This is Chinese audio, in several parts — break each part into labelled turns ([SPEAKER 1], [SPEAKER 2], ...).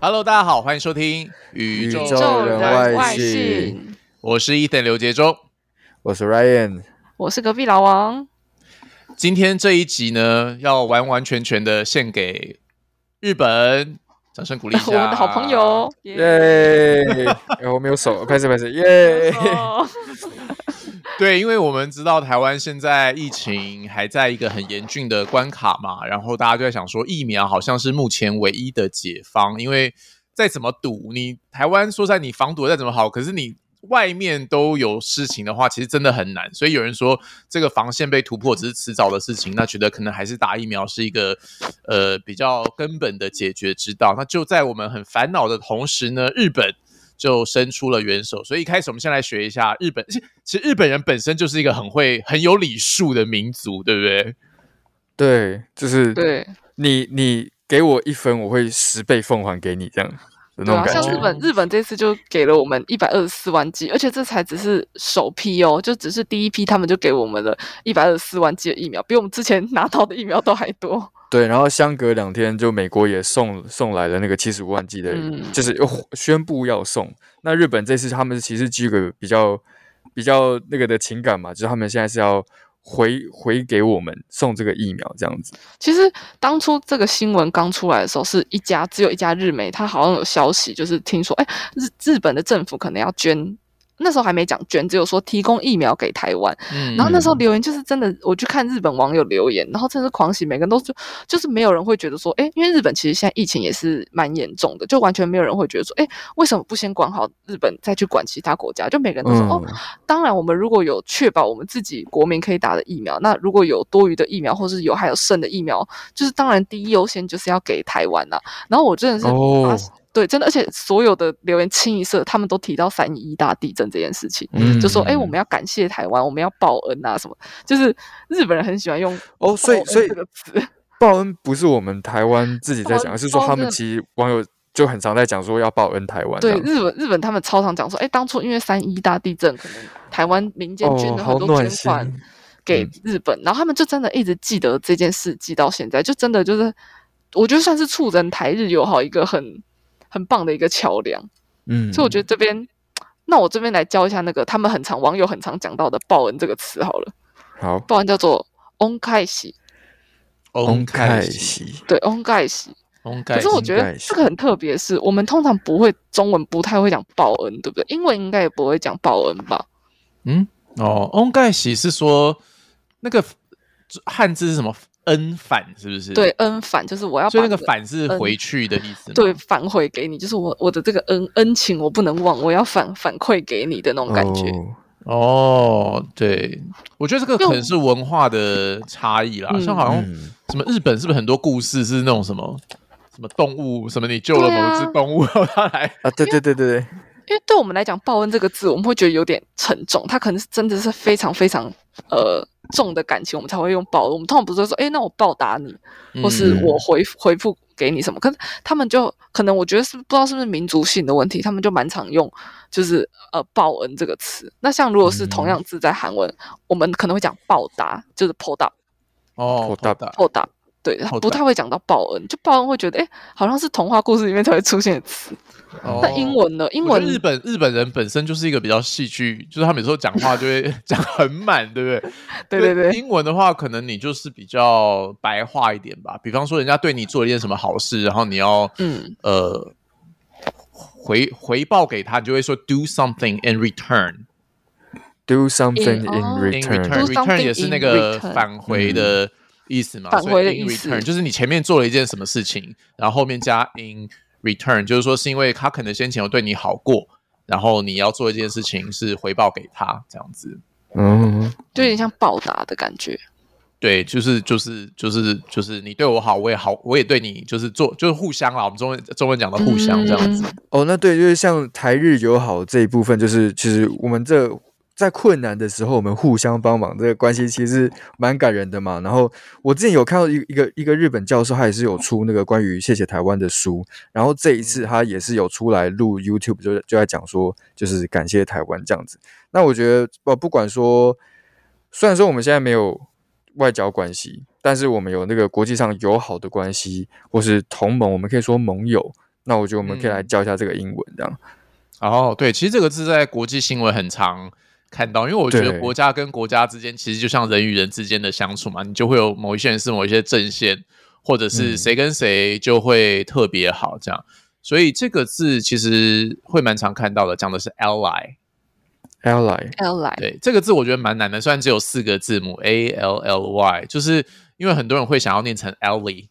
[SPEAKER 1] Hello，大家好，欢迎收听宇宙，
[SPEAKER 2] 宇宙人外星，
[SPEAKER 1] 我是 Ethan 刘杰忠。
[SPEAKER 2] 我是 Ryan，
[SPEAKER 3] 我是隔壁老王。
[SPEAKER 1] 今天这一集呢，要完完全全的献给日本，掌声鼓励一下
[SPEAKER 3] 我们的好朋友，耶！
[SPEAKER 2] 耶！哎我没有 手，拍手拍手，耶！
[SPEAKER 3] 哦
[SPEAKER 1] 对，因为我们知道台湾现在疫情还在一个很严峻的关卡嘛，然后大家就在想说，疫苗好像是目前唯一的解方，因为再怎么堵，你台湾说实在你防堵得再怎么好，可是你外面都有事情的话，其实真的很难。所以有人说这个防线被突破只是迟早的事情，那觉得可能还是打疫苗是一个呃比较根本的解决之道。那就在我们很烦恼的同时呢，日本。就伸出了援手。所以一开始我们先来学一下日本，其实其实日本人本身就是一个很会、很有礼数的民族，对不对？
[SPEAKER 2] 对，就是
[SPEAKER 3] 对
[SPEAKER 2] 你，你给我一分，我会十倍奉还给你，这样 的那
[SPEAKER 3] 对
[SPEAKER 2] 种
[SPEAKER 3] 啊，
[SPEAKER 2] 感
[SPEAKER 3] 像
[SPEAKER 2] 觉。
[SPEAKER 3] 日本，日本这次就给了我们一百二十四万剂，而且这才只是首批哦，就只是第一批，他们就给我们了一百二十四万剂的疫苗，比我们之前拿到的疫苗都还多。
[SPEAKER 2] 对，然后相隔两天，就美国也送送来了那个七十五万剂的，
[SPEAKER 3] 嗯
[SPEAKER 2] 就是又宣布要送。那日本这次他们其实基于一个比较比较那个的情感嘛，就是他们现在是要回回给我们送这个疫苗这样子。
[SPEAKER 3] 其实当初这个新闻刚出来的时候，是一家只有一家日媒，它好像有消息，就是听说，哎，日日本的政府可能要捐，那时候还没讲捐，只有说提供疫苗给台湾。
[SPEAKER 1] 嗯
[SPEAKER 3] 然后那时候留言就是真的，我去看日本网友留言，然后真的是狂喜，每个人都就就是没有人会觉得说，哎，因为日本其实现在疫情也是蛮严重的，就完全没有人会觉得说，哎，为什么不先管好日本，再去管其他国家？就每个人都说，
[SPEAKER 2] 嗯
[SPEAKER 3] 哦，当然我们如果有确保我们自己国民可以打的疫苗，那如果有多余的疫苗，或是有还有剩的疫苗，就是当然第一优先就是要给台湾啦、然后我真的是
[SPEAKER 2] 哦
[SPEAKER 3] 发现、对，真的，而且所有的留言清一色，他们都提到三一一大地震这件事情。
[SPEAKER 2] 嗯
[SPEAKER 3] 就说：“哎、我们要感谢台湾，我们要报恩啊，什么？就是日本人很喜欢用
[SPEAKER 2] 哦，所以
[SPEAKER 3] 报恩
[SPEAKER 2] 所以
[SPEAKER 3] 这个词，
[SPEAKER 2] 报恩不是我们台湾自己在
[SPEAKER 3] 报
[SPEAKER 2] 讲，
[SPEAKER 3] 恩
[SPEAKER 2] 而是说他
[SPEAKER 3] 报
[SPEAKER 2] 们
[SPEAKER 3] 恩
[SPEAKER 2] 其实网友就很常在讲说要报恩台湾啊这
[SPEAKER 3] 对
[SPEAKER 2] 样子。
[SPEAKER 3] 日本日本他们超常讲说，哎、当初因为三一大地震，可能台湾民间捐
[SPEAKER 2] 哦，
[SPEAKER 3] 了
[SPEAKER 2] 好
[SPEAKER 3] 很多
[SPEAKER 2] 暖
[SPEAKER 3] 捐
[SPEAKER 2] 心。
[SPEAKER 3] 款给
[SPEAKER 1] 嗯
[SPEAKER 3] 日本，然后他们就真的一直记得这件事，记到现在，就真的就是我觉得算是促成台日友好一个很很棒的一个桥梁。
[SPEAKER 2] 嗯，
[SPEAKER 3] 所以我觉得这边，那我这边来教一下那个他们很常网友很常讲到的报恩这个词好了，
[SPEAKER 2] 好。
[SPEAKER 3] 报恩叫做 on 开喜，
[SPEAKER 1] 翁
[SPEAKER 2] 翁
[SPEAKER 1] 开
[SPEAKER 2] 凯
[SPEAKER 1] 喜，
[SPEAKER 2] 西，
[SPEAKER 3] 对 on 开喜。
[SPEAKER 1] 嗯翁
[SPEAKER 3] 可
[SPEAKER 1] 开
[SPEAKER 3] 是
[SPEAKER 1] 喜，
[SPEAKER 3] 我觉
[SPEAKER 2] 应
[SPEAKER 3] 得
[SPEAKER 2] 该是
[SPEAKER 3] 这个很特别，是我们通常不会中文不太会讲报恩，对不对？英文应该也不会讲报恩吧？
[SPEAKER 1] 嗯，哦，翁盖喜是说那个汉字是什么？恩返是不是？
[SPEAKER 3] 对，，恩返就是我要
[SPEAKER 1] 所以
[SPEAKER 3] 把
[SPEAKER 1] 那个
[SPEAKER 3] 这
[SPEAKER 1] 返是
[SPEAKER 3] 恩
[SPEAKER 1] 回去的意思吗。
[SPEAKER 3] 对返回给你，就是我我的这个恩恩情我不能忘，我要反反馈给你的那种感觉。
[SPEAKER 2] 哦
[SPEAKER 1] 哦，对，我觉得这个可
[SPEAKER 3] 就
[SPEAKER 1] 能是文化的差异啦。
[SPEAKER 3] 嗯
[SPEAKER 1] 像好像
[SPEAKER 2] 嗯
[SPEAKER 1] 什么日本是不是很多故事是那种什么什么动物，什么你救了
[SPEAKER 3] 对啊
[SPEAKER 1] 某只动物，然后它来
[SPEAKER 2] 啊，对对对对对，
[SPEAKER 3] 因为对我们来讲，报恩这个字，我们会觉得有点沉重，它可能是真的是非常非常呃重的感情，我们才会用报恩。我们通常不是说，哎，那我报答你，或是
[SPEAKER 1] 嗯
[SPEAKER 3] 我回回复给你什么，可是他们就可能我觉得是不知道是不是民族性的问题，他们就蛮常用就是呃报恩这个词。那像如果是
[SPEAKER 1] 嗯
[SPEAKER 3] 同样字在韩文，我们可能会讲报答，就是报答
[SPEAKER 1] 哦
[SPEAKER 2] 扩大
[SPEAKER 1] 扩大
[SPEAKER 3] 报答，对，他
[SPEAKER 1] 报答
[SPEAKER 3] 不太会讲到报恩，就报恩会觉得哎、诶好像是童话故事里面才会出现的词。
[SPEAKER 1] 哦
[SPEAKER 3] 那英文呢？英
[SPEAKER 1] 我觉
[SPEAKER 3] 文
[SPEAKER 1] 得日本日本人本身就是一个比较戏剧，就是他们有时候讲话就会 讲很满，对不对？
[SPEAKER 3] 对对对，
[SPEAKER 1] 英文的话，可能你就是比较白话一点吧。比方说，人家对你做了一件什么好事，然后你要
[SPEAKER 3] 嗯，
[SPEAKER 1] 呃回回报给他，你就会说 do something in return。
[SPEAKER 2] ，do something in
[SPEAKER 3] in
[SPEAKER 1] in
[SPEAKER 2] return，
[SPEAKER 1] return
[SPEAKER 3] Do something
[SPEAKER 1] return 也是那
[SPEAKER 3] in
[SPEAKER 1] 个
[SPEAKER 3] return
[SPEAKER 1] 返回的意思嘛？
[SPEAKER 3] 返
[SPEAKER 1] 所以
[SPEAKER 3] 回的
[SPEAKER 1] in
[SPEAKER 3] 意思
[SPEAKER 1] return 就是你前面做了一件什么事情，然后后面加 in return，就是说是因为他可能先前有对你好过，然后你要做一件事情是回报给他这样子。
[SPEAKER 2] 嗯，
[SPEAKER 3] 就有点像报答的感觉。
[SPEAKER 1] 对，就是就是就是就是你对我好，我也好，我也对你，就是做就是互相啦。我们中文中文讲的
[SPEAKER 3] 嗯
[SPEAKER 1] 互相这样子。
[SPEAKER 2] 哦，那对，就是像台日友好这一部分，就是其实我们这在困难的时候，我们互相帮忙，这个关系其实蛮感人的嘛。然后我之前有看到一一个一个日本教授，他也是有出那个关于谢谢台湾的书，然后这一
[SPEAKER 1] 嗯
[SPEAKER 2] 次他也是有出来录 YouTube，就就在讲说，就是感谢台湾这样子。那我觉得，呃，不管说，虽然说我们现在没有外交关系，但是我们有那个国际上友好的关系，或是同盟，我们可以说盟友。那我觉得我们可以
[SPEAKER 1] 嗯
[SPEAKER 2] 来教一下这个英文，这样。
[SPEAKER 1] 哦，对，其实这个字在国际新闻很常看到，因为我觉得
[SPEAKER 2] 对
[SPEAKER 1] 国家跟国家之间其实就像人与人之间的相处嘛，你就会有某一些人是某一些阵线，或者是
[SPEAKER 2] 嗯
[SPEAKER 1] 谁跟谁就会特别好这样，所以这个字其实会蛮常看到的，讲的是 ally。
[SPEAKER 2] Ally，
[SPEAKER 3] L 来，
[SPEAKER 1] 对，这个字我觉得蛮难的，虽然只有四个字母 A L L Y，就是因为很多人会想要念成 ally，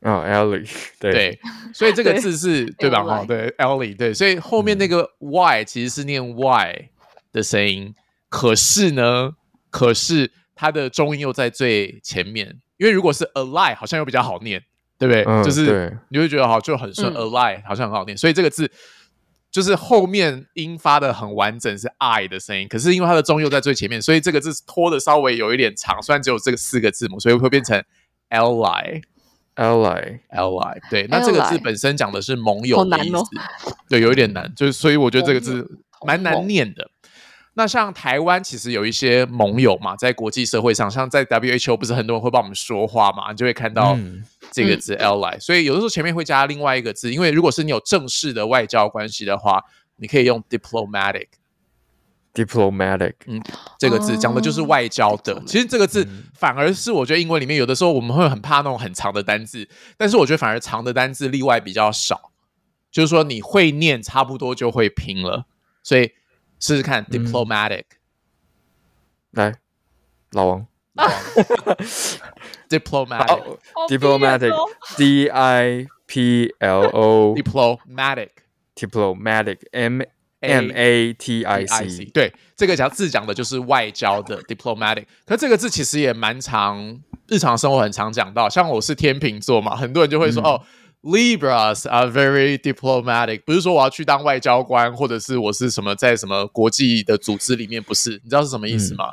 [SPEAKER 2] 啊、l l y 对
[SPEAKER 1] 对，所以这个
[SPEAKER 3] 对
[SPEAKER 1] 字是对吧？
[SPEAKER 3] Ally
[SPEAKER 1] 哈，对，Ellie，对，所以后面
[SPEAKER 2] 嗯
[SPEAKER 1] 那个 Y 其实是念 Y 的声音，可是呢，可是它的中音又在最前面，因为如果是 Ally 好像又比较好念，对不对？
[SPEAKER 2] 嗯
[SPEAKER 1] 就是
[SPEAKER 2] 对
[SPEAKER 1] 你会觉得好就很顺、
[SPEAKER 3] 嗯
[SPEAKER 1] a l i g n 好像很好念，所以这个字。就是后面音发的很完整，是 I 的声音。可是因为它的中又在最前面，所以这个字拖的稍微有一点长。虽然只有这个四个字母，所以会变成 ally。
[SPEAKER 2] Ally，
[SPEAKER 1] ally，对，那这个字
[SPEAKER 3] Ally
[SPEAKER 1] 本身讲的是盟
[SPEAKER 3] 好
[SPEAKER 1] 友的
[SPEAKER 3] 难
[SPEAKER 1] 意思，
[SPEAKER 3] 哦
[SPEAKER 1] 对，有一点难，就是所以我觉得这个
[SPEAKER 3] 盟友
[SPEAKER 1] 字蛮
[SPEAKER 3] 盟
[SPEAKER 1] 难念的。那像台湾其实有一些盟友嘛，在国际社会上，像在 WHO 不是很多人会帮我们说话嘛，你就会看到
[SPEAKER 2] 嗯
[SPEAKER 1] 这个字 ally，、所以有的时候前面会加另外一个字，因为如果是你有正式的外交关系的话，你可以用 diplomatic，
[SPEAKER 2] ，Diplomatic，
[SPEAKER 1] 这个字讲的就是外交的
[SPEAKER 3] 哦。
[SPEAKER 1] 其实这个字反而是我觉得英文里面有的时候我们会很怕那种很长的单字，但是我觉得反而长的单字例外比较少，就是说你会念差不多就会拼了。所以试试看
[SPEAKER 2] 嗯
[SPEAKER 1] diplomatic
[SPEAKER 2] 来，老王
[SPEAKER 1] diplomatic
[SPEAKER 2] 哦，Diplomatic，D I P L O
[SPEAKER 1] diplomatic
[SPEAKER 2] Diplomatic，M
[SPEAKER 1] A
[SPEAKER 2] M A T I
[SPEAKER 1] IC
[SPEAKER 2] C，
[SPEAKER 1] 对这个讲字讲的就是外交 的 diplomatic，可这个字其实也蛮常日常生活很常讲到，像我是天秤座嘛，很多人就会说、
[SPEAKER 2] 嗯
[SPEAKER 1] 哦，Libras are very diplomatic，不是说我要去当外交官，或者是我是什么在什么国际的组织里面，不是，你知道是什么意
[SPEAKER 2] 嗯
[SPEAKER 1] 思吗、
[SPEAKER 3] 哦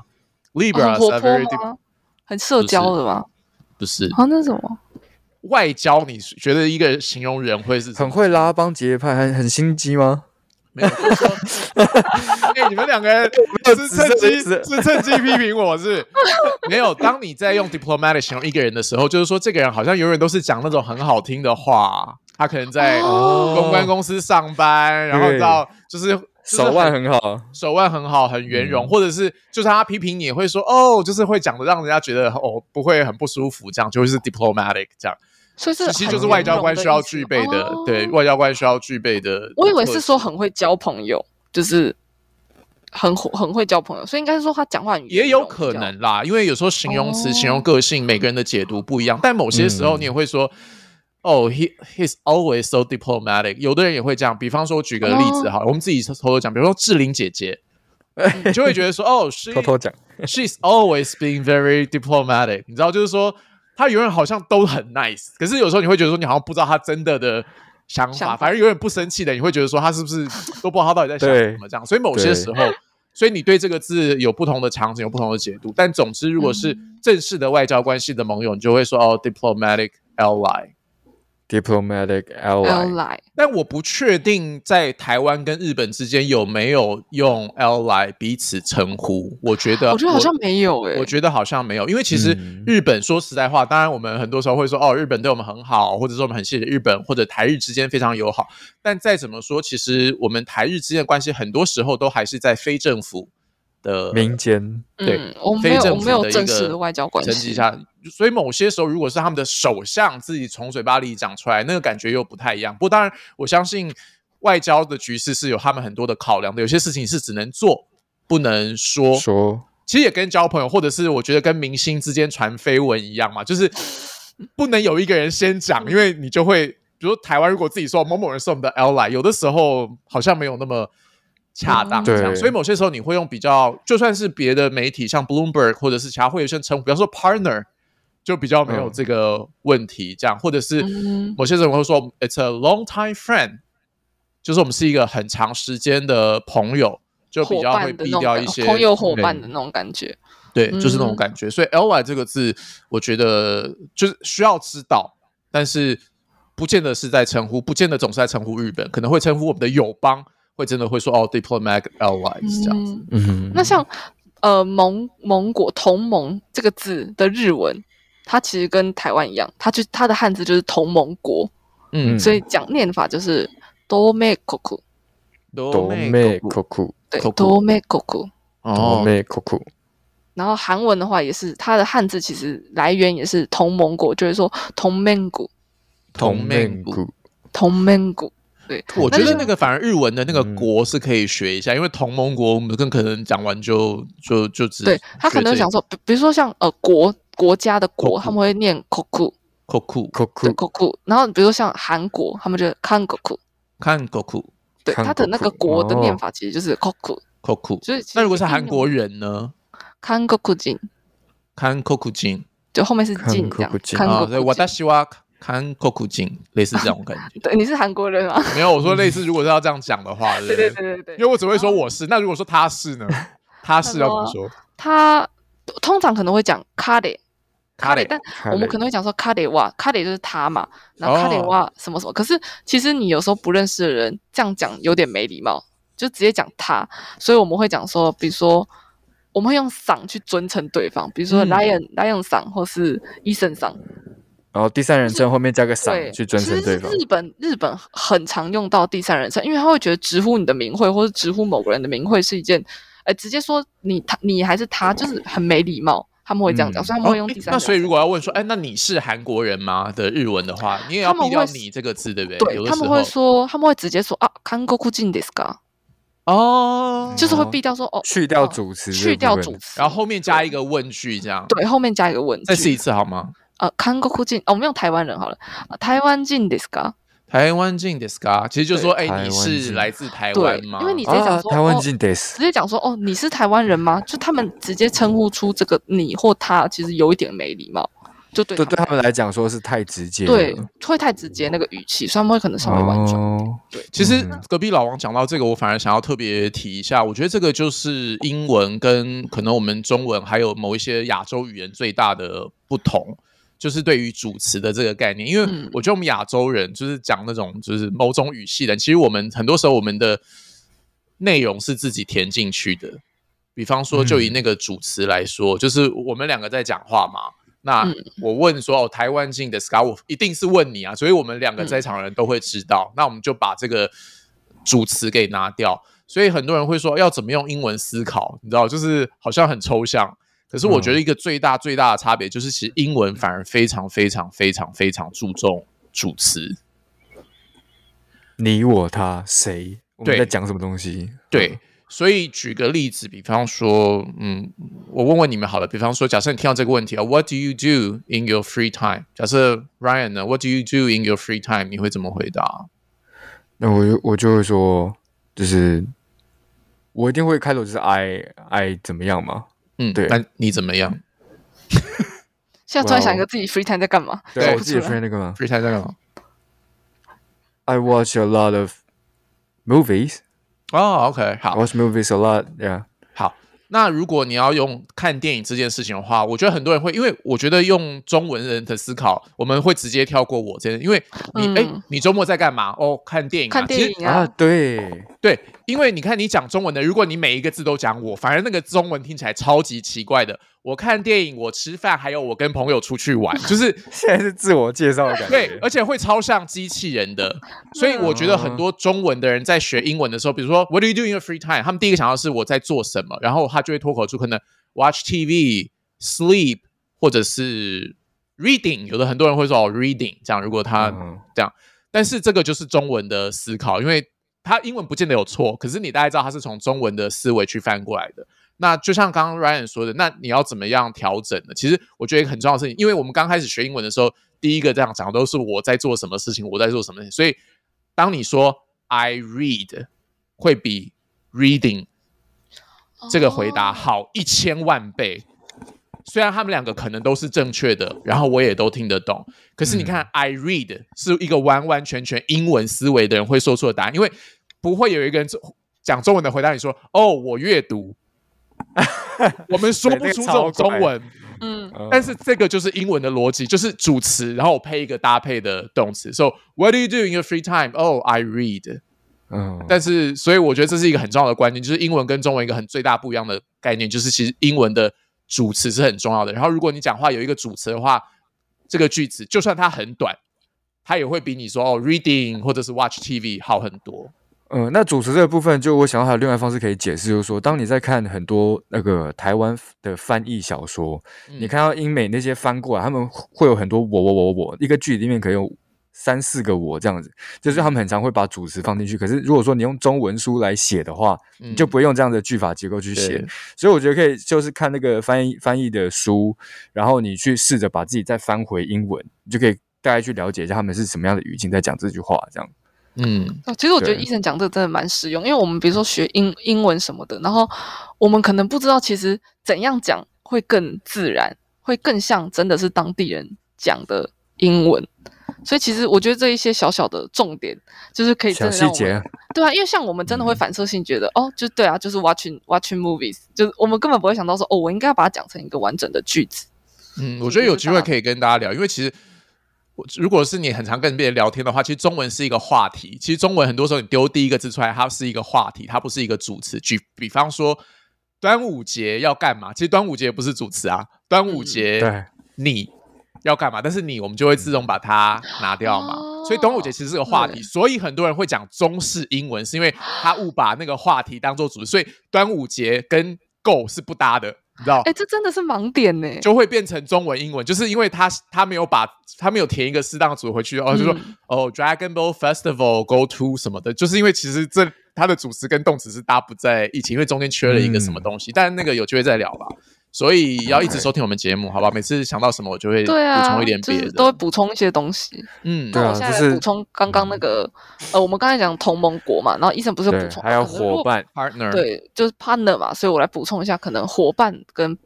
[SPEAKER 3] 很
[SPEAKER 1] Libras
[SPEAKER 3] 活
[SPEAKER 1] are
[SPEAKER 3] 泼
[SPEAKER 1] 啊 very dip-
[SPEAKER 3] 吗？很社交的吗？
[SPEAKER 1] 不是
[SPEAKER 3] 啊，那是什么？
[SPEAKER 1] 外交，你觉得一个形容人会是什么
[SPEAKER 2] 很会拉帮结派，很很心机吗？
[SPEAKER 1] 没有，就是说哎、你们两 个人是趁机是趁机批评我是不是没有。当你在用 diplomatic 形容一个人的时候，就是说这个人好像永远都是讲那种很好听的话，他可能在
[SPEAKER 3] 哦
[SPEAKER 1] 公关公司上班，然后
[SPEAKER 2] 对
[SPEAKER 1] 到就是。就是
[SPEAKER 2] 手腕很好，
[SPEAKER 1] 手腕很好，很圆融，
[SPEAKER 2] 嗯
[SPEAKER 1] 或者是就是他批评你也会说哦，就是会讲的让人家觉得哦不会很不舒服，这样就会是 diplomatic 这样，
[SPEAKER 3] 所以是
[SPEAKER 1] 其实
[SPEAKER 3] 很
[SPEAKER 1] 就是
[SPEAKER 3] 圆
[SPEAKER 1] 外交
[SPEAKER 3] 融
[SPEAKER 1] 官
[SPEAKER 3] 的
[SPEAKER 1] 需要
[SPEAKER 3] 意思
[SPEAKER 1] 具备的，
[SPEAKER 3] 哦
[SPEAKER 1] 对外交官需要具备的。
[SPEAKER 3] 我以为
[SPEAKER 1] 特
[SPEAKER 3] 是
[SPEAKER 1] 质
[SPEAKER 3] 说很会交朋友，就是很会很会交朋友，所以应该是说他讲话很
[SPEAKER 1] 也
[SPEAKER 3] 圆
[SPEAKER 1] 有
[SPEAKER 3] 融
[SPEAKER 1] 可
[SPEAKER 3] 比较
[SPEAKER 1] 能啦，因为有时候形容词、
[SPEAKER 3] 哦
[SPEAKER 1] 形容个性，每个人的解读不一样。但某些时候
[SPEAKER 2] 嗯
[SPEAKER 1] 你也会说，哦、h e he's always so diplomatic。有的人也会这样，比方说，我举个例子哈，我们自己偷偷讲，比如说志玲姐姐，你就会觉得说，哦，是
[SPEAKER 2] 偷偷讲，
[SPEAKER 1] She's always been very diplomatic，你知道，就是说她永远好像都很 nice，可是有时候你会觉得说你好像不知道她真的的想法，
[SPEAKER 3] 想法
[SPEAKER 1] 反正永远不生气的，你会觉得说她是不是都不知道她到底在想什么这样。所以某些时候，所以你对这个字有不同的场景，有不同的解读。但总之，如果是正式的外交关系的盟友，你就会说哦，diplomatic ally。
[SPEAKER 2] Diplomatic
[SPEAKER 3] 要
[SPEAKER 2] ally，
[SPEAKER 3] 来
[SPEAKER 1] 但我不确定在台湾跟日本之间有没有用 ally 彼此称呼。啊我觉得，
[SPEAKER 3] 我觉得好像没有诶、
[SPEAKER 1] 我觉得好像没有，因为其实
[SPEAKER 2] 嗯
[SPEAKER 1] 日本说实在话，当然我们很多时候会说哦，日本对我们很好，或者说我们很谢谢日本，或者台日之间非常友好。但再怎么说，其实我们台日之间的关系很多时候都还是在非政府的
[SPEAKER 2] 民间，
[SPEAKER 1] 对
[SPEAKER 3] 嗯，我
[SPEAKER 1] 非
[SPEAKER 3] 没有
[SPEAKER 1] 政
[SPEAKER 3] 我
[SPEAKER 1] 府
[SPEAKER 3] 没有
[SPEAKER 1] 一
[SPEAKER 3] 正
[SPEAKER 1] 个
[SPEAKER 3] 式的外交关
[SPEAKER 1] 层级
[SPEAKER 3] 系，
[SPEAKER 1] 下，所以某些时候，如果是他们的首相自己从嘴巴里讲出来，那个感觉又不太一样。不过当然，我相信外交的局势是有他们很多的考量的，有些事情是只能做不能说。
[SPEAKER 2] 说
[SPEAKER 1] 其实也跟交朋友，或者是我觉得跟明星之间传绯闻一样嘛，就是不能有一个人先讲，因为你就会，比如说台湾如果自己说某某人是我们的 L 来，有的时候好像没有那么恰当
[SPEAKER 3] 嗯
[SPEAKER 1] 这样，
[SPEAKER 2] 对
[SPEAKER 1] 所以某些时候你会用比较，就算是别的媒体，像 Bloomberg 或者是其他会有些称呼，比方说 partner。就比较没有
[SPEAKER 2] 嗯
[SPEAKER 1] 这个问题，这样，或者是
[SPEAKER 3] 嗯
[SPEAKER 1] 某些人会说 "It's a long time friend"，就是我们是一个很长时间的朋友， 就比
[SPEAKER 3] 伙
[SPEAKER 1] 较会
[SPEAKER 3] 伴的
[SPEAKER 1] 避
[SPEAKER 3] 那种
[SPEAKER 1] 掉一
[SPEAKER 3] 感
[SPEAKER 1] 些
[SPEAKER 3] 朋友伙
[SPEAKER 1] 对
[SPEAKER 3] 伴的那种感觉。
[SPEAKER 1] 对，就是那种
[SPEAKER 3] 嗯
[SPEAKER 1] 感觉。所以 L Y 这个字，我觉得就是需要知道，但是不见得是在称呼，不见得总是在称呼日本，可能会称呼我们的友邦，会真的会说哦，diplomatic allies 这样子。
[SPEAKER 3] 嗯，
[SPEAKER 2] 嗯，
[SPEAKER 3] 那像呃盟盟国同盟这个字的日文，它其实跟台湾一样，它就它的汉字就是同盟国，
[SPEAKER 1] 嗯，
[SPEAKER 3] 所以讲念法就是多美国库，
[SPEAKER 1] 多
[SPEAKER 2] 多妹 coco，
[SPEAKER 3] 对
[SPEAKER 1] Koku，
[SPEAKER 3] 多美国库。
[SPEAKER 2] 多
[SPEAKER 1] 哦，
[SPEAKER 2] 妹 coco，
[SPEAKER 3] 然后韩文的话也是，它的汉字其实来源也是同盟国，就是说同盟国，
[SPEAKER 1] 同
[SPEAKER 2] 妹
[SPEAKER 1] 命股。
[SPEAKER 3] 同盟国。
[SPEAKER 1] 我觉
[SPEAKER 3] 那就
[SPEAKER 1] 得
[SPEAKER 3] 是
[SPEAKER 1] 那个反而日文的那个
[SPEAKER 2] 嗯
[SPEAKER 1] 国是可以学一下，因为同盟国我们更可能讲完就就就只
[SPEAKER 3] 对他可能想说，比比如说像呃国国家的国，
[SPEAKER 1] Koku
[SPEAKER 3] 他们会念 koku，
[SPEAKER 1] koku
[SPEAKER 2] coco
[SPEAKER 3] 对 koku。然后比如说像韩国，他们就 kangoku，
[SPEAKER 1] 看 koku
[SPEAKER 3] 对，它的那个
[SPEAKER 2] Kangoku，
[SPEAKER 3] 国的
[SPEAKER 2] 哦
[SPEAKER 3] 念法其实就是 koku，
[SPEAKER 1] koku。
[SPEAKER 3] 所以
[SPEAKER 1] 那如果是韩国人呢？
[SPEAKER 3] kangoku 进，
[SPEAKER 1] 看 koku 金
[SPEAKER 3] 就后面是进这样
[SPEAKER 2] Kangoku jin
[SPEAKER 1] 啊，所以我
[SPEAKER 3] kangoku
[SPEAKER 1] 大
[SPEAKER 3] 进。
[SPEAKER 1] 希望看 koku 金，类似这种感 觉。
[SPEAKER 3] 对，你是韩国人吗？
[SPEAKER 1] 没有，我说类似，如果是要这样讲的话，
[SPEAKER 3] 对
[SPEAKER 1] 对
[SPEAKER 3] 对
[SPEAKER 1] 不，
[SPEAKER 3] 对对对。
[SPEAKER 1] 因为我只会说我是，那如果说他是 呢？他是要怎么说？
[SPEAKER 3] 他通常可能会讲卡里卡里，但我们可
[SPEAKER 2] 能
[SPEAKER 3] 能会讲说卡里哇，卡里就是他嘛，然后卡里
[SPEAKER 1] 哦
[SPEAKER 3] 哇什么什么。可是其实你有时候不认识的人这样讲有点没礼貌，就直接讲他。所以我们会讲说，比如说我们会用赏去尊称对方，比如说
[SPEAKER 1] 嗯
[SPEAKER 3] Lion、Lion 赏或是 Eason 赏，
[SPEAKER 2] 然后第三人称后面加个
[SPEAKER 3] 对，
[SPEAKER 2] 赏去尊称对方
[SPEAKER 3] 其实。日本日本很常用到第三人称，因为他会觉得直呼你的名讳或者直呼某个人的名讳是一件，呃，直接说你他你还是他，就是很没礼貌。他们会这样讲，
[SPEAKER 2] 嗯
[SPEAKER 3] 所以他们
[SPEAKER 1] 哦
[SPEAKER 3] 会用
[SPEAKER 1] 诶
[SPEAKER 3] 第
[SPEAKER 1] 那
[SPEAKER 3] 三人称。
[SPEAKER 1] 所以如果要问说，哎，那你是韩国人吗？的日文的话，你也要
[SPEAKER 3] 他们
[SPEAKER 1] 避掉
[SPEAKER 3] 会
[SPEAKER 1] 你这个字，对不对？有
[SPEAKER 3] 对
[SPEAKER 1] 的
[SPEAKER 3] 他
[SPEAKER 1] 时
[SPEAKER 3] 们
[SPEAKER 1] 候
[SPEAKER 3] 会说，他们会直接说啊，韩国进 d i s k
[SPEAKER 1] 哦，
[SPEAKER 3] 就是会
[SPEAKER 2] 哦
[SPEAKER 3] 避掉说哦，
[SPEAKER 2] 去掉
[SPEAKER 3] 哦
[SPEAKER 2] 主词这
[SPEAKER 3] 去
[SPEAKER 2] 部
[SPEAKER 3] 掉
[SPEAKER 2] 分
[SPEAKER 3] 主词，
[SPEAKER 1] 然后后面加一个问句，这样
[SPEAKER 3] 对后面加一个问
[SPEAKER 1] 再试
[SPEAKER 3] 句，
[SPEAKER 1] 一次好吗？
[SPEAKER 3] 呃，韩国进，哦，我们用台湾人好了，啊台湾进 d i s k
[SPEAKER 1] 台湾进 d i s c a 其实就说，哎，
[SPEAKER 2] 台湾
[SPEAKER 1] 你
[SPEAKER 2] 进
[SPEAKER 1] 是来自台
[SPEAKER 3] 对
[SPEAKER 1] 湾吗？，
[SPEAKER 3] 因为你直接讲
[SPEAKER 2] 啊，
[SPEAKER 3] 说
[SPEAKER 2] 台湾
[SPEAKER 3] 哦
[SPEAKER 2] 进 this
[SPEAKER 3] 直接讲说哦，你是台湾人吗？就他们直接称呼出这个你或他，其实有一点没礼貌，就对
[SPEAKER 2] 对对他
[SPEAKER 3] 们
[SPEAKER 2] 们来讲说是太直接了，
[SPEAKER 3] 对会太直接那个语气，所以他们会可能稍微婉转。
[SPEAKER 2] 哦，
[SPEAKER 1] 其实
[SPEAKER 2] 嗯
[SPEAKER 1] 隔壁老王讲到这个，我反而想要特别提一下，我觉得这个就是英文跟可能我们中文还有某一些亚洲语言最大的不同。就是对于主词的这个概念，因为
[SPEAKER 3] 嗯
[SPEAKER 1] 我觉得我们亚洲人就是讲那种就是某种语系的人，其实我们很多时候我们的内容是自己填进去的。比方说，就以那个主词来说，就是我们两个在讲话嘛，那
[SPEAKER 3] 嗯
[SPEAKER 1] 我问说哦，台湾进的 scar，我一定是问你啊，所以我们两个在场人都会知道。那我们就把这个主词给拿掉，所以很多人会说要怎么用英文思考，你知道，就是好像很抽象。可是我觉得一个最大最大的差别就是，其实英文反而非常非常非常非常注重主词。
[SPEAKER 2] 你我他谁，我们
[SPEAKER 1] 对
[SPEAKER 2] 在讲什么东西？
[SPEAKER 1] 对，所以举个例子，比方说，嗯，我问问你们好了，比方说，假设你听到这个问题啊，What do you do in your free time？假设 Ryan 呢，What do you do in your free time？你会怎么回答？
[SPEAKER 2] 那我就我就会说，就是我一定会开头就是 I I 怎么样嘛？
[SPEAKER 1] 嗯，
[SPEAKER 2] 对
[SPEAKER 1] 那你怎么样
[SPEAKER 3] 现在突然想一个自己 free time 在干嘛，
[SPEAKER 1] 对
[SPEAKER 2] 对，哦我自己
[SPEAKER 3] 不出
[SPEAKER 2] friend 那个嘛
[SPEAKER 1] ？free time 在干嘛？
[SPEAKER 2] ，I watch a lot of movies.
[SPEAKER 1] 哦，OK、o k 好
[SPEAKER 2] I，watch movies a lot. Yeah.
[SPEAKER 1] 好，那如果你要用看电影这件事情的话，我觉得很多人会，因为我觉得用中文人的思考，我们会直接跳过我这件，因为你
[SPEAKER 3] 嗯
[SPEAKER 1] 哎、你周末在干嘛？哦，看电影、啊，
[SPEAKER 3] 看
[SPEAKER 1] 其实
[SPEAKER 3] 电影
[SPEAKER 2] 啊，
[SPEAKER 3] 啊，
[SPEAKER 2] 对，
[SPEAKER 1] 对，因为你看你讲中文的，如果你每一个字都讲我，反而那个中文听起来超级奇怪的。我看电影，我吃饭，还有我跟朋友出去玩，就是
[SPEAKER 2] 现在是自我介绍的感觉。
[SPEAKER 1] 对，而且会超像机器人的。所以我觉得很多中文的人在学英文的时候，比如说 What do you do in your free time？他们第一个想到是我在做什么，然后他就会脱口出可能 watch TV、sleep 或者是 reading。有的很多人会说哦 reading，这样如果他
[SPEAKER 2] 嗯
[SPEAKER 1] 这样，但是这个就是中文的思考，因为它英文不见得有错，可是你大概知道它是从中文的思维去翻过来的。那就像刚刚 Ryan 说的，那你要怎么样调整呢？其实我觉得一个很重要的事情，因为我们刚开始学英文的时候，第一个这样讲都是我在做什么事情，我在做什么事情，所以当你说 I read 会比 reading 这个回答
[SPEAKER 3] 哦
[SPEAKER 1] 好一千万倍。虽然他们两个可能都是正确的，然后我也都听得懂，可是你看、i read 是一个完完全全英文思维的人会说出的答案，因为不会有一个人讲中文的回答你说：“哦，我阅读。” 我们说不
[SPEAKER 2] 对
[SPEAKER 1] 出这
[SPEAKER 2] 那个超
[SPEAKER 1] 种中文，
[SPEAKER 3] 嗯，
[SPEAKER 1] 但是这个就是英文的逻辑，就是主词，然后我配一个搭配的动词。So what do you do in your free time? Oh, I read.
[SPEAKER 2] 嗯，
[SPEAKER 1] 但是，所以我觉得这是一个很重要的观念，就是英文跟中文一个很最大不一样的概念，就是其实英文的主词是很重要的。然后，如果你讲话有一个主词的话，这个句子就算它很短，它也会比你说哦 reading 或者是 watch TV 好很多。
[SPEAKER 2] 呃，那主持这个部分，就我想到还有另外一方式可以解释，就是说，当你在看很多那个台湾的翻译小说，
[SPEAKER 1] 嗯
[SPEAKER 2] 你看到英美那些翻过来，他们会有很多我我我我，一个句里面可以有三四个我这样子，就是
[SPEAKER 3] 嗯
[SPEAKER 2] 他们很常会把主词放进去。可是如果说你用中文书来写的话，
[SPEAKER 1] 嗯
[SPEAKER 2] 你就不会用这样的句法结构去写
[SPEAKER 1] 对。
[SPEAKER 2] 所以我觉得可以就是看那个翻译翻译的书，然后你去试着把自己再翻回英文，你就可以大概去了解一下他们是什么样的语境在讲这句话，这样。
[SPEAKER 1] 嗯
[SPEAKER 3] 哦其实我觉得
[SPEAKER 2] 对
[SPEAKER 3] 医生讲这个真的蛮实用，因为我们比如说学英英文什么的，然后我们可能不知道其实怎样讲会更自然，会更像真的是当地人讲的英文。所以其实我觉得这一些小小的重点，就是可以真
[SPEAKER 2] 小
[SPEAKER 3] 的
[SPEAKER 2] 细
[SPEAKER 3] 让我
[SPEAKER 2] 节，
[SPEAKER 3] 们对啊，因为像我们真的
[SPEAKER 1] 嗯
[SPEAKER 3] 会反射性觉得，哦，就对啊，就是 watching watching movies，就是我们根本不会想到说，哦，我应该要把它讲成一个完整的句子。
[SPEAKER 1] 嗯，我觉得有机会可以跟大家聊，因为其实。我如果是你很常跟别人聊天的话，其实中文是一个话题。其实中文很多时候你丢第一个字出来，它是一个话题，它不是一个主词。举比方说，端午节要干嘛？其实端午节不是主词啊，端午节、
[SPEAKER 2] 对。
[SPEAKER 1] 你要干嘛，但是你我们就会自动把它拿掉嘛。
[SPEAKER 3] 哦
[SPEAKER 1] 所以端午节其实是个话题，所以很多人会讲中式英文，是因为他误把那个话题当做主题，所以端午节跟 go 是不搭的，你知道
[SPEAKER 3] 哎，？这真的是盲点呢。
[SPEAKER 1] 就会变成中文、英文，就是因为他他没有把他没有填一个适当的组合回去，哦，就说、
[SPEAKER 3] 嗯
[SPEAKER 1] 哦，Dragon Ball Festival go to 什么的，就是因为其实这它的主词跟动词是搭不在一起，因为中间缺了一个什么东西，但那个有机会再聊吧。所以要一直收听我们节目，好吧？每次想到什么，我就会补
[SPEAKER 3] 对啊，
[SPEAKER 1] 充一点
[SPEAKER 3] 就
[SPEAKER 1] 别
[SPEAKER 3] 是
[SPEAKER 1] 的。
[SPEAKER 3] 都会补充一些东西。
[SPEAKER 1] 嗯，
[SPEAKER 2] 对
[SPEAKER 3] 那
[SPEAKER 2] 啊
[SPEAKER 3] 我现在
[SPEAKER 2] 就
[SPEAKER 3] 来
[SPEAKER 2] 是
[SPEAKER 3] 补充刚刚那个，呃，我们刚才讲同盟国嘛，然后医生不是
[SPEAKER 2] 对
[SPEAKER 3] 补，充啊
[SPEAKER 2] 还有
[SPEAKER 3] 可能如
[SPEAKER 2] 伙
[SPEAKER 3] 果
[SPEAKER 2] 伴，
[SPEAKER 1] partner，
[SPEAKER 3] 对，就是 partner 嘛，所以我来补充一下，可能伙伴跟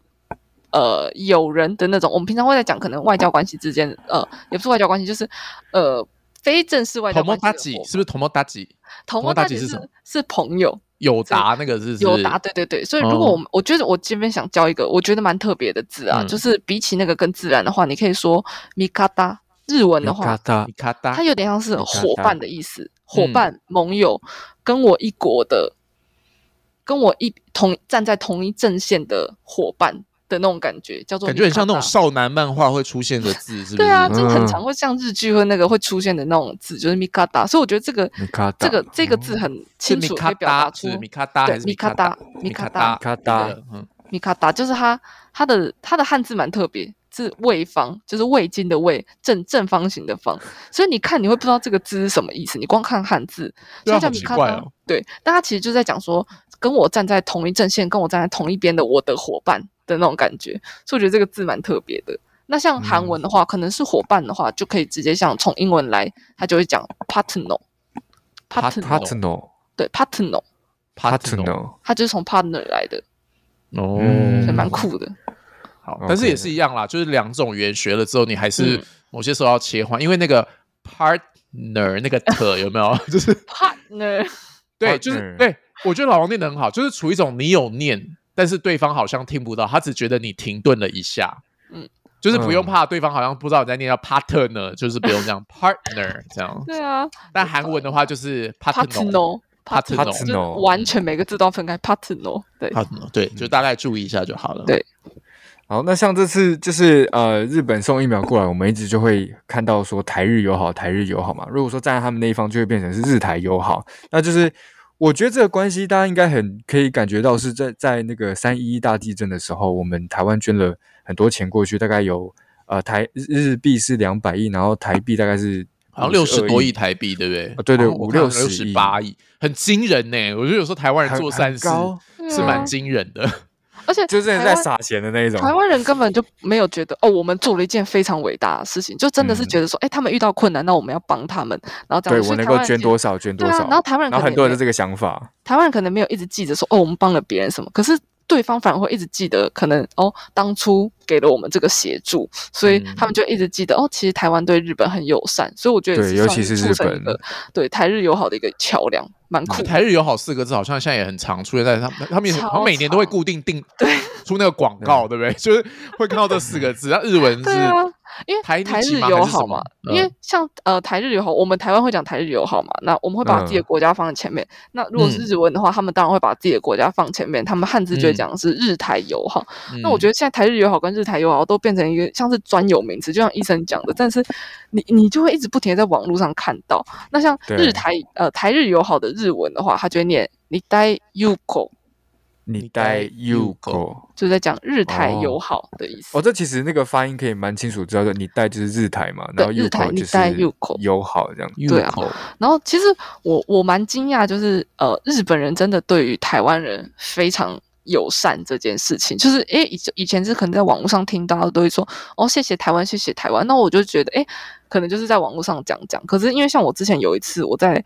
[SPEAKER 3] 呃友人的那种，我们平常会在讲，可能外交关系之间，呃，也不是外交关系，就是呃非正式外交关系的伙。
[SPEAKER 1] ，tomodachi 是不是 tomodachi？
[SPEAKER 3] 同
[SPEAKER 1] 盟
[SPEAKER 3] 盟
[SPEAKER 1] 大
[SPEAKER 3] 大
[SPEAKER 1] 吉
[SPEAKER 3] 吉
[SPEAKER 1] 是
[SPEAKER 3] 是
[SPEAKER 1] 什么
[SPEAKER 3] 是朋友，
[SPEAKER 1] 友达那个是不是？
[SPEAKER 3] 有答对对对，所以如果
[SPEAKER 1] 哦
[SPEAKER 3] 我们、我觉得我这边想教一个我觉得蛮特别的字啊，
[SPEAKER 1] 嗯
[SPEAKER 3] 就是比起那个更自然的话，你可以说 mikata，日文的话
[SPEAKER 2] 嘎达
[SPEAKER 1] 你卡达
[SPEAKER 3] 它，有点像是
[SPEAKER 2] 你看
[SPEAKER 3] 伙
[SPEAKER 2] 它
[SPEAKER 3] 伴的意思，伙
[SPEAKER 1] 嗯
[SPEAKER 3] 伴、盟友，跟我一国的，跟我一同站在同一阵线的伙伴的那种感觉，叫做
[SPEAKER 1] 感觉很像那种
[SPEAKER 3] mikata
[SPEAKER 1] 少男漫画会出现的字，是不是？
[SPEAKER 3] 对啊，就是很
[SPEAKER 2] 嗯
[SPEAKER 3] 常会像日剧和那个会出现的那种字，就是 mikata，所以我觉得这个
[SPEAKER 2] 米卡达
[SPEAKER 3] 这个这个字很
[SPEAKER 1] 是
[SPEAKER 3] 清
[SPEAKER 1] 米
[SPEAKER 3] 楚地可
[SPEAKER 1] 卡
[SPEAKER 3] 以表达
[SPEAKER 1] 达，
[SPEAKER 3] 出
[SPEAKER 1] 是米卡达
[SPEAKER 3] 对
[SPEAKER 1] 还是
[SPEAKER 3] 米卡
[SPEAKER 1] 达
[SPEAKER 3] 达？
[SPEAKER 1] 米
[SPEAKER 3] 米
[SPEAKER 1] 卡
[SPEAKER 3] 卡
[SPEAKER 1] 达
[SPEAKER 3] 达，
[SPEAKER 2] 卡达
[SPEAKER 1] 对的，嗯，
[SPEAKER 3] 米卡达，就是它它的它的汉字蛮特别，是魏方，就是魏晋的魏，正正方形的方，所以你看你会不知道这个字是什么意思，你光看汉字，
[SPEAKER 1] 对
[SPEAKER 3] 所
[SPEAKER 1] 啊
[SPEAKER 3] 以叫
[SPEAKER 1] 好
[SPEAKER 3] 米
[SPEAKER 1] 奇
[SPEAKER 3] 卡
[SPEAKER 1] 怪
[SPEAKER 3] 达，
[SPEAKER 1] 哦
[SPEAKER 3] 对，但它其实就在讲说，跟我站在同一阵线，跟我站在同一边的我的伙伴的那种感觉，所以我觉得这个字蛮特别的。那像韩文的
[SPEAKER 1] 嗯
[SPEAKER 3] 话，可能是伙伴的话，就可以直接像从英文来，它就会讲 partner，partner，
[SPEAKER 2] partner
[SPEAKER 3] 对 partner，
[SPEAKER 2] partner
[SPEAKER 3] 它就是从 partner 来的，
[SPEAKER 1] 哦
[SPEAKER 2] 嗯
[SPEAKER 3] 所以蛮酷的。
[SPEAKER 1] 好
[SPEAKER 2] OK，
[SPEAKER 1] 但是也是一样啦，就是两种语言学了之后，你还是
[SPEAKER 3] 嗯
[SPEAKER 1] 某些时候要切换，因为那个 partner 那个 t 有没 有？就是
[SPEAKER 3] partner，
[SPEAKER 1] 对，就是对，我觉得老王念的很好，就是处于一种你有念，但是对方好像听不到，他只觉得你停顿了一下，嗯
[SPEAKER 3] 嗯，
[SPEAKER 1] 就是不用怕对方好像不知道你在念，叫 partner，就是不用这样 partner 这样。
[SPEAKER 3] 对啊，
[SPEAKER 1] 但韩文的话就是
[SPEAKER 2] 哦
[SPEAKER 1] partner。
[SPEAKER 3] partner partner 哦就是
[SPEAKER 2] partner
[SPEAKER 3] 完全每个字都要分开 partner 对
[SPEAKER 1] partner，对，就大概注意一下就好了。
[SPEAKER 3] 对
[SPEAKER 2] 好，那像这次就是呃，日本送疫苗过来，我们一直就会看到说台日友好，台日友好嘛。如果说站在他们那一方，就会变成是日台友好。那就是我觉得这个关系，大家应该很可以感觉到是在在那个三一一大地震的时候，我们台湾捐了很多钱过去，大概有呃台日日币是两百亿，然后台币大概是
[SPEAKER 1] 好像六十
[SPEAKER 2] 52
[SPEAKER 1] 多亿台币，对不对
[SPEAKER 2] 啊？对对
[SPEAKER 1] 五六
[SPEAKER 2] 50
[SPEAKER 1] 十
[SPEAKER 2] 亿
[SPEAKER 1] 八亿，很惊人呢、我觉得有时候台湾人
[SPEAKER 2] 很
[SPEAKER 1] 做善事
[SPEAKER 2] 很高
[SPEAKER 3] 啊
[SPEAKER 1] 是蛮惊人的。
[SPEAKER 3] 而且
[SPEAKER 2] 就是真的
[SPEAKER 3] 台
[SPEAKER 2] 在
[SPEAKER 3] 湾
[SPEAKER 2] 撒钱的那一种。
[SPEAKER 3] 台湾人根本就没有觉得哦，我们做了一件非常伟大的事情，就真的是觉得说，哎、他们遇到困难，那我们要帮他们，然后
[SPEAKER 2] 嗯
[SPEAKER 3] 这
[SPEAKER 2] 对
[SPEAKER 3] 样。所
[SPEAKER 2] 我
[SPEAKER 3] 以
[SPEAKER 2] 能
[SPEAKER 3] 台
[SPEAKER 2] 够
[SPEAKER 3] 湾人
[SPEAKER 2] 捐
[SPEAKER 3] 其
[SPEAKER 2] 多
[SPEAKER 3] 实
[SPEAKER 2] 少捐多
[SPEAKER 3] 对啊
[SPEAKER 2] 少，
[SPEAKER 3] 然后台湾人
[SPEAKER 2] 然后
[SPEAKER 3] 可能
[SPEAKER 2] 很多
[SPEAKER 3] 也
[SPEAKER 2] 人
[SPEAKER 3] 没
[SPEAKER 2] 的这个想法，
[SPEAKER 3] 台湾人可能没有一直记着说，哦，我们帮了别人什么，可是对方反而会一直记得，可能哦，当初给了我们这个协助，所以
[SPEAKER 1] 嗯
[SPEAKER 3] 他们就一直记得，哦，其实台湾对日本很友善，所以我觉得也
[SPEAKER 2] 对尤
[SPEAKER 3] 算
[SPEAKER 2] 其是
[SPEAKER 3] 促
[SPEAKER 2] 日
[SPEAKER 3] 成一
[SPEAKER 2] 本
[SPEAKER 3] 个对台日友好的一个桥梁。蛮酷的。
[SPEAKER 1] 台日友好四个字好像现在也很常出现在他们，他们也
[SPEAKER 3] 超
[SPEAKER 1] 好像每年都会固定定 出那个广告，对不 对？就是会看到这四个字，那日文是
[SPEAKER 3] 对啊，因为
[SPEAKER 1] 台日
[SPEAKER 3] 台
[SPEAKER 1] 记
[SPEAKER 3] 日
[SPEAKER 1] 吗
[SPEAKER 3] 友
[SPEAKER 1] 还是
[SPEAKER 3] 好
[SPEAKER 1] 什
[SPEAKER 3] 嘛
[SPEAKER 1] 么，嗯
[SPEAKER 3] 因为像呃台日友好，我们台湾会讲台日友好嘛，那我们会把自己的国家放在前面。那如果是
[SPEAKER 1] 嗯
[SPEAKER 3] 日文的话，他们当然会把自己的国家放前面，他们汉字就会
[SPEAKER 1] 嗯
[SPEAKER 3] 讲是日台友好。
[SPEAKER 1] 嗯
[SPEAKER 3] 那我觉得现在台日友好跟日台友好都变成一个像是专有名词，就像医生讲的，但是你你就会一直不停的在网络上看到。那像
[SPEAKER 2] 对
[SPEAKER 3] 日台呃台日友好的日文的话，他就会念你呆 uko，
[SPEAKER 2] 你
[SPEAKER 1] 带
[SPEAKER 2] 带
[SPEAKER 1] you
[SPEAKER 2] you go。
[SPEAKER 3] 就是在讲日台
[SPEAKER 2] 哦
[SPEAKER 3] 友好的意思。
[SPEAKER 2] 哦，这其实那个发音可以蛮清楚，知道的。你带就是日台嘛，然
[SPEAKER 3] 对
[SPEAKER 2] 后
[SPEAKER 3] 日
[SPEAKER 2] you
[SPEAKER 3] 台
[SPEAKER 2] go 就
[SPEAKER 3] 你带
[SPEAKER 2] 是
[SPEAKER 3] Yuko
[SPEAKER 2] 友好这样。
[SPEAKER 3] 对啊然后其实我我蛮惊讶，就是呃，日本人真的对于台湾人非常友善这件事情，就是诶，以以前是可能在网络上听到都会说哦，谢谢台湾，谢谢台湾。那我就觉得诶，可能就是在网络上讲讲。可是因为像我之前有一次，我在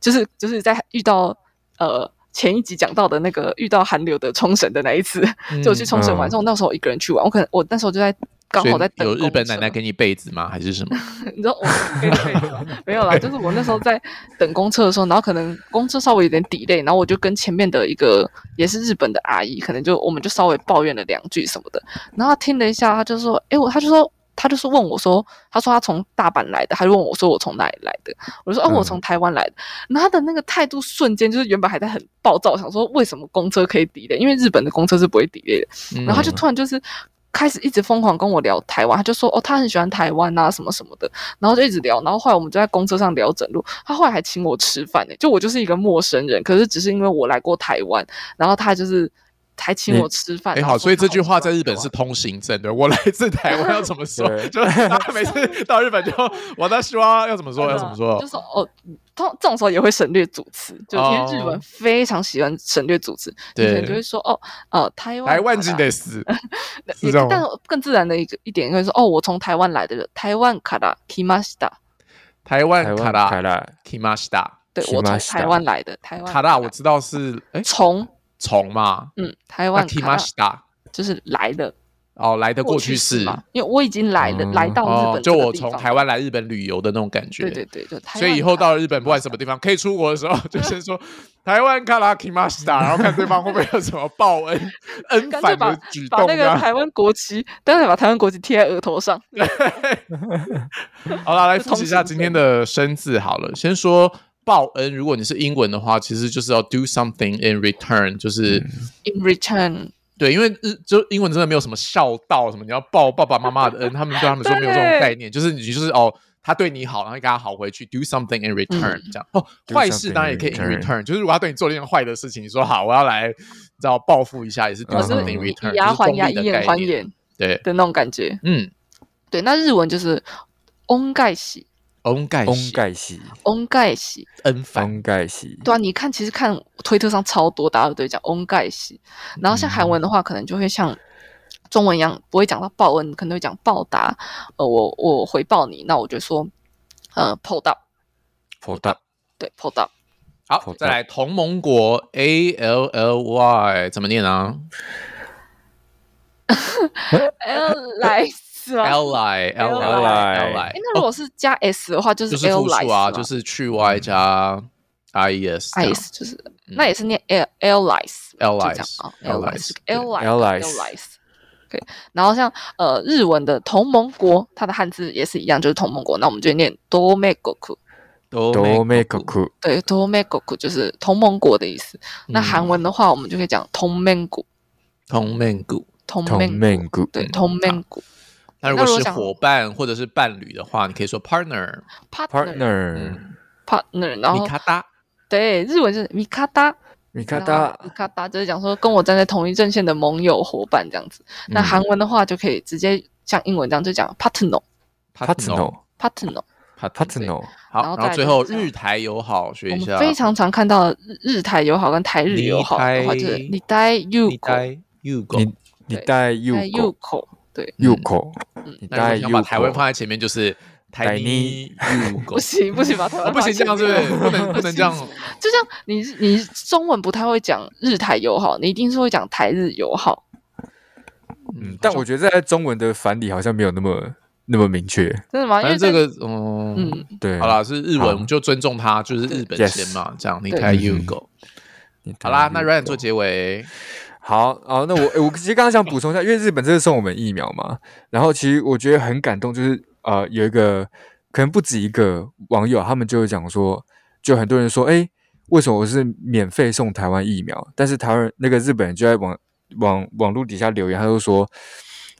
[SPEAKER 3] 就是就是在遇到呃。前一集讲到的那个遇到韩流的冲绳的那一次，就我去冲绳玩，
[SPEAKER 2] 嗯
[SPEAKER 3] 之后那时候我一个人去玩，我可能我那时候就在刚
[SPEAKER 1] 所以
[SPEAKER 3] 好在等
[SPEAKER 1] 有日
[SPEAKER 3] 公
[SPEAKER 1] 本
[SPEAKER 3] 车
[SPEAKER 1] 奶奶给你被子吗？还是什么？
[SPEAKER 3] 你知道我对对对没有啦，就是我那时候在等公车的时候，然后可能公车稍微有点 delay，然后我就跟前面的一个也是日本的阿姨，可能就我们就稍微抱怨了两句什么的，然后她听了一下，她就说，诶，我她就说。她就是问我说：“她说她从大阪来的，她就问我说我从哪里来的？”我就说：“哦，我
[SPEAKER 2] 嗯
[SPEAKER 3] 从台湾来的。然后她的那个态度瞬间就是原本还在很暴躁，想说为什么公车可以 delay，因为日本的公车是不会 delay 的。
[SPEAKER 1] 嗯
[SPEAKER 3] 然后他就突然就是开始一直疯狂跟我聊台湾，他就说哦，他很喜欢台湾啊，什么什么的，然后就一直聊，然后后来我们就在公车上聊整路，他后来还请我吃饭呢、就我就是一个陌生人，可是只是因为我来过台湾，然后他就是还请我吃饭。
[SPEAKER 1] 哎，
[SPEAKER 3] 然后
[SPEAKER 1] 好，
[SPEAKER 3] 说
[SPEAKER 1] 所以
[SPEAKER 3] 他
[SPEAKER 1] 这句话
[SPEAKER 3] 喜
[SPEAKER 1] 在
[SPEAKER 3] 欢
[SPEAKER 1] 日本
[SPEAKER 3] 台湾
[SPEAKER 1] 是通行证的。我来自台湾要怎么说？
[SPEAKER 2] 对
[SPEAKER 1] 就是大家每次到日本就，我在说要怎么说，
[SPEAKER 3] 真
[SPEAKER 1] 要
[SPEAKER 3] 的
[SPEAKER 1] 怎么说
[SPEAKER 3] 就？是哦，通这种时候也会省略主词，就因为日
[SPEAKER 1] 哦
[SPEAKER 3] 本非常喜欢省略主词，你可能就
[SPEAKER 1] 对
[SPEAKER 3] 会说哦，呃，台湾
[SPEAKER 1] 台湾
[SPEAKER 3] 好
[SPEAKER 1] 人
[SPEAKER 3] 啦
[SPEAKER 1] 的死，
[SPEAKER 3] 哎
[SPEAKER 1] 是
[SPEAKER 3] 也
[SPEAKER 1] 这样
[SPEAKER 3] 但
[SPEAKER 1] 吗
[SPEAKER 3] 更自然的一个一点，应该说哦，我从台湾来的，台湾から来ました。
[SPEAKER 1] 台湾
[SPEAKER 2] 台
[SPEAKER 1] 卡
[SPEAKER 2] 湾
[SPEAKER 1] 拉
[SPEAKER 2] 台啦，
[SPEAKER 1] k i m a s h i a
[SPEAKER 3] 对，我从
[SPEAKER 2] Kimashita
[SPEAKER 3] 台湾来的，台湾
[SPEAKER 1] 卡拉我知道是哎
[SPEAKER 3] 从
[SPEAKER 1] 虫嘛，
[SPEAKER 3] 嗯台
[SPEAKER 1] 那
[SPEAKER 3] 湾
[SPEAKER 1] k i
[SPEAKER 3] 卡
[SPEAKER 1] m
[SPEAKER 3] 拉
[SPEAKER 1] a s h i a
[SPEAKER 3] 就是来的
[SPEAKER 1] 哦来的过
[SPEAKER 3] 去
[SPEAKER 1] 式
[SPEAKER 3] 嘛，因为我已经来了，
[SPEAKER 2] 嗯
[SPEAKER 3] 来到日
[SPEAKER 1] 哦
[SPEAKER 3] 本，这
[SPEAKER 1] 就
[SPEAKER 3] 个
[SPEAKER 1] 我
[SPEAKER 3] 地
[SPEAKER 1] 从
[SPEAKER 3] 方
[SPEAKER 1] 台湾来日本旅游的那种感觉。
[SPEAKER 3] 对对对，就台湾
[SPEAKER 1] 所以以后
[SPEAKER 3] 卡拉
[SPEAKER 1] 到日本，不管什么地方，可以出国的时候，就先说台湾卡拉 k i m a s h i a 然后看对方会不会有什么报恩恩
[SPEAKER 3] 干脆
[SPEAKER 1] 反
[SPEAKER 3] 把
[SPEAKER 1] 的举
[SPEAKER 3] 把
[SPEAKER 1] 动。
[SPEAKER 3] 那
[SPEAKER 1] 这
[SPEAKER 3] 个
[SPEAKER 1] 样。
[SPEAKER 3] 台湾国旗，当然把台湾国旗贴在额头上。
[SPEAKER 1] 好了，来
[SPEAKER 3] 就
[SPEAKER 1] 复习一下
[SPEAKER 3] 通行
[SPEAKER 1] 今天的生字好了。先说报恩，如果你是英文的话，其实就是要 do something in return，就是、
[SPEAKER 3] In return，
[SPEAKER 1] 对，因为日就英文真的没有什么孝道什么，你要报爸爸妈妈的恩，他们对他们说没有这种概念，就是你就是哦。他对你好，然后你给他好回去，do something in return，、这样哦。
[SPEAKER 2] Do
[SPEAKER 1] 坏事当然也
[SPEAKER 2] something
[SPEAKER 1] 可以
[SPEAKER 2] in
[SPEAKER 1] in
[SPEAKER 2] return
[SPEAKER 1] return，就是如果他对你做了一件坏的事情，你说好，我要来，知道报复一下，也是 do
[SPEAKER 2] 嗯
[SPEAKER 3] 我是
[SPEAKER 1] something in
[SPEAKER 3] 以
[SPEAKER 1] return，、
[SPEAKER 3] 牙还牙，
[SPEAKER 1] 就是中
[SPEAKER 3] 以
[SPEAKER 1] 立的
[SPEAKER 3] 眼
[SPEAKER 1] 概
[SPEAKER 3] 还
[SPEAKER 1] 念。
[SPEAKER 3] 眼
[SPEAKER 1] 对，
[SPEAKER 3] 的那种感觉。
[SPEAKER 1] 嗯，
[SPEAKER 3] 对，那日文就是恩盖喜，
[SPEAKER 1] 恩盖
[SPEAKER 2] 翁
[SPEAKER 1] 喜
[SPEAKER 2] 盖西，
[SPEAKER 3] 恩盖喜。
[SPEAKER 1] 恩反，
[SPEAKER 2] 翁盖西，
[SPEAKER 3] 对啊，你看，其实看推特上超多，大家都在讲恩盖西，然后像韩
[SPEAKER 2] 嗯
[SPEAKER 3] 文的话，可能就会像中文一样，不会讲到报恩，可能会讲报答。呃，我我回报你，那我就说，呃，报答，
[SPEAKER 2] 破大
[SPEAKER 3] 对，报答，
[SPEAKER 1] 好，再来同盟国 A L L Y 怎么念啊
[SPEAKER 3] 呃，来是吗？
[SPEAKER 1] ？Ally
[SPEAKER 2] Ally
[SPEAKER 1] Ally
[SPEAKER 3] 哎，那如果是加 s 的话，就是
[SPEAKER 1] 就
[SPEAKER 3] l
[SPEAKER 1] 是复数啊，就是是去 y 加 i e s 这样
[SPEAKER 3] ice，就是哎那也是念 l l i c e
[SPEAKER 1] Allies，
[SPEAKER 3] 啊 l i
[SPEAKER 1] Allies，
[SPEAKER 3] c e l
[SPEAKER 1] 对
[SPEAKER 3] i l i c
[SPEAKER 2] Allies
[SPEAKER 3] e 对，然后像呃日文的同盟国，它的汉字也是一样，就是同盟国。那我们就念多美国库，
[SPEAKER 2] 多美国
[SPEAKER 1] Domekoku
[SPEAKER 2] 库，
[SPEAKER 3] 对，同盟国就是同盟国的意思。那
[SPEAKER 1] 嗯
[SPEAKER 3] 韩文的话，我们就可以讲同盟国，
[SPEAKER 1] 同盟国。
[SPEAKER 3] 同
[SPEAKER 2] 同
[SPEAKER 3] 盟
[SPEAKER 2] 美
[SPEAKER 3] 国，
[SPEAKER 2] 国，
[SPEAKER 3] 对，同盟国
[SPEAKER 1] 那如
[SPEAKER 3] 那
[SPEAKER 1] 果
[SPEAKER 3] 如果
[SPEAKER 1] 是
[SPEAKER 3] 想
[SPEAKER 1] 伙伴或者是伴侣的话，你可以说 partner。
[SPEAKER 3] partner
[SPEAKER 2] partner，
[SPEAKER 1] 嗯，
[SPEAKER 3] partner，然
[SPEAKER 1] 米
[SPEAKER 3] 后
[SPEAKER 1] 卡达。
[SPEAKER 3] 对日文就是米卡达，
[SPEAKER 2] 米卡
[SPEAKER 3] 然后
[SPEAKER 2] 达，
[SPEAKER 3] 米卡达就是讲说跟我站在同一阵线的盟友伙伴这样子。那
[SPEAKER 2] 嗯
[SPEAKER 3] 韩文的话就可以直接像英文这样就讲 partner partner。
[SPEAKER 1] partner。
[SPEAKER 2] partner，partner，
[SPEAKER 1] 好，
[SPEAKER 3] 然后
[SPEAKER 1] 然后最
[SPEAKER 3] 再来就是
[SPEAKER 1] 后
[SPEAKER 3] 这样
[SPEAKER 1] 日台友好学
[SPEAKER 3] 我
[SPEAKER 1] 一
[SPEAKER 3] 们
[SPEAKER 1] 下。
[SPEAKER 3] 非常常看到日日台友好跟台日友好的话，就是
[SPEAKER 1] 日台
[SPEAKER 3] 你待 you
[SPEAKER 1] 日
[SPEAKER 3] 口，
[SPEAKER 1] 台友好。
[SPEAKER 2] 你你带右
[SPEAKER 3] 待 you
[SPEAKER 2] 口
[SPEAKER 3] 口，对，
[SPEAKER 2] 右口，
[SPEAKER 3] 嗯
[SPEAKER 2] 你
[SPEAKER 1] 那如果
[SPEAKER 2] 带
[SPEAKER 1] 你想把
[SPEAKER 2] 右
[SPEAKER 1] 台湾
[SPEAKER 2] 口
[SPEAKER 1] 放，在前面，就是台
[SPEAKER 2] 台
[SPEAKER 1] 尼
[SPEAKER 2] 尼
[SPEAKER 1] 友好
[SPEAKER 3] 不。行不行，把台
[SPEAKER 1] 哦
[SPEAKER 3] 湾
[SPEAKER 1] 不行，这样是不是不能不能这样？
[SPEAKER 3] 就像你你中文不太会讲日台友好，你一定是会讲台日友好。
[SPEAKER 2] 嗯
[SPEAKER 1] 嗯
[SPEAKER 2] 嗯，但我觉得在中文的反理好像没有那么那么明确。
[SPEAKER 3] 真的吗？因
[SPEAKER 1] 反
[SPEAKER 3] 为
[SPEAKER 1] 正这
[SPEAKER 3] 在
[SPEAKER 1] 个，嗯，
[SPEAKER 3] 嗯，
[SPEAKER 2] 对，
[SPEAKER 1] 好啦，是日文，
[SPEAKER 2] 好
[SPEAKER 1] 我们就尊重他，就是日本
[SPEAKER 2] 对
[SPEAKER 1] 先嘛，这样。你
[SPEAKER 3] 对
[SPEAKER 1] 开
[SPEAKER 2] 嗯
[SPEAKER 1] Ugo，
[SPEAKER 2] 你
[SPEAKER 1] 好
[SPEAKER 2] 看
[SPEAKER 1] 啦，那
[SPEAKER 2] 日
[SPEAKER 1] Ryan
[SPEAKER 2] 本
[SPEAKER 1] 做结尾。
[SPEAKER 2] 好啊，那我、诶我其实刚刚想补充一下， 因为日本这次送我们疫苗嘛，然后其实我觉得很感动，就是呃，有一个可能不止一个网友，他们就会讲说，就很多人说，哎、为什么我是免费送台湾疫苗？但是台湾那个日本人就在网网网络底下留言，他就说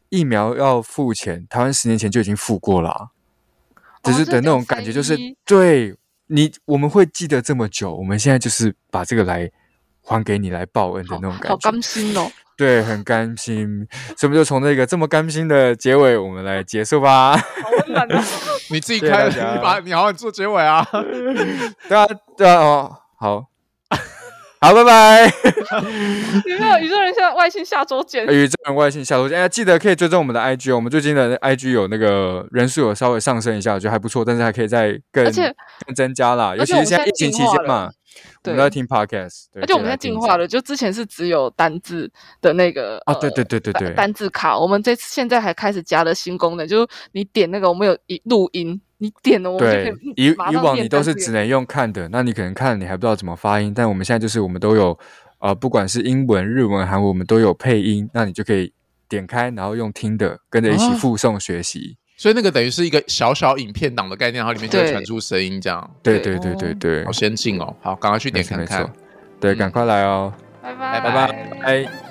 [SPEAKER 2] 疫苗要付钱，台湾十年前就已经付过了啊、只是
[SPEAKER 3] 哦这
[SPEAKER 2] 的那
[SPEAKER 3] 讲
[SPEAKER 2] 种感觉就是，
[SPEAKER 3] 311
[SPEAKER 2] 对你我们会记得这么久，我们现在就是把这个来还给你来报恩的
[SPEAKER 3] 好
[SPEAKER 2] 那种感觉，
[SPEAKER 3] 好甘心哦。
[SPEAKER 2] 对，很甘心，所以我们就从这个这么甘心的结尾，我们来结束吧。
[SPEAKER 3] 好温暖啊！
[SPEAKER 1] 你自己
[SPEAKER 2] 谢谢
[SPEAKER 1] 开，
[SPEAKER 2] 大家
[SPEAKER 1] 你把你好好做结尾啊！
[SPEAKER 2] 对啊，对啊，哦，好， 好，拜拜。
[SPEAKER 3] 宇宙宇宙人下外星下周见。
[SPEAKER 1] 哎
[SPEAKER 2] 宇宙人外星下路见，哎，记得可以追踪我们的 IG，哦我们最近的 IG 有那个人数有稍微上升一下，我觉得还不错，但是还可以再更
[SPEAKER 3] 而且
[SPEAKER 2] 更增加啦，尤
[SPEAKER 3] 而
[SPEAKER 2] 其
[SPEAKER 3] 且
[SPEAKER 2] 是
[SPEAKER 3] 我们
[SPEAKER 2] 现在
[SPEAKER 3] 现在
[SPEAKER 2] 疫情期
[SPEAKER 3] 进化
[SPEAKER 2] 间嘛
[SPEAKER 3] 了，
[SPEAKER 2] 我
[SPEAKER 3] 对
[SPEAKER 2] 们都在听 podcast，对
[SPEAKER 3] 而且我
[SPEAKER 2] 记得
[SPEAKER 3] 们现
[SPEAKER 2] 来
[SPEAKER 3] 在
[SPEAKER 2] 听
[SPEAKER 3] 进
[SPEAKER 2] 一
[SPEAKER 3] 化
[SPEAKER 2] 下
[SPEAKER 3] 了，就之前是只有单字的那个
[SPEAKER 1] 哦
[SPEAKER 2] 啊，
[SPEAKER 3] 呃
[SPEAKER 2] 对对对对
[SPEAKER 3] 单
[SPEAKER 2] 对，
[SPEAKER 3] 单字卡，我们这次现在还开始加了新功能，就是你点那个，我们有一录音，你点了我们就可
[SPEAKER 2] 对，以
[SPEAKER 3] 以嗯马
[SPEAKER 2] 以
[SPEAKER 3] 上
[SPEAKER 2] 往
[SPEAKER 3] 念
[SPEAKER 2] 你都
[SPEAKER 3] 单
[SPEAKER 2] 是
[SPEAKER 3] 字
[SPEAKER 2] 只
[SPEAKER 3] 给
[SPEAKER 2] 能用看的，那你可能看你还不知道怎么发音，但我们现在就是我们都有，呃，不管是英文、日文、韩文，我们都有配音，那你就可以点开，然后用听的，跟着一起
[SPEAKER 3] 哦
[SPEAKER 1] 啊
[SPEAKER 2] 附送学习。
[SPEAKER 1] 所以那个等于是一个小小影片档的概念，然后里面就会
[SPEAKER 3] 对
[SPEAKER 1] 传出声音，这样
[SPEAKER 2] 对对
[SPEAKER 3] 对
[SPEAKER 2] 对对
[SPEAKER 3] 哦
[SPEAKER 2] 对
[SPEAKER 1] 好，先进哦。好，赶快去点
[SPEAKER 2] 没错
[SPEAKER 1] 看
[SPEAKER 2] 没
[SPEAKER 1] 看
[SPEAKER 2] 错。，对，
[SPEAKER 1] 嗯
[SPEAKER 2] 赶快来哦，
[SPEAKER 3] 拜
[SPEAKER 1] 拜
[SPEAKER 3] 拜
[SPEAKER 2] 拜拜。拜。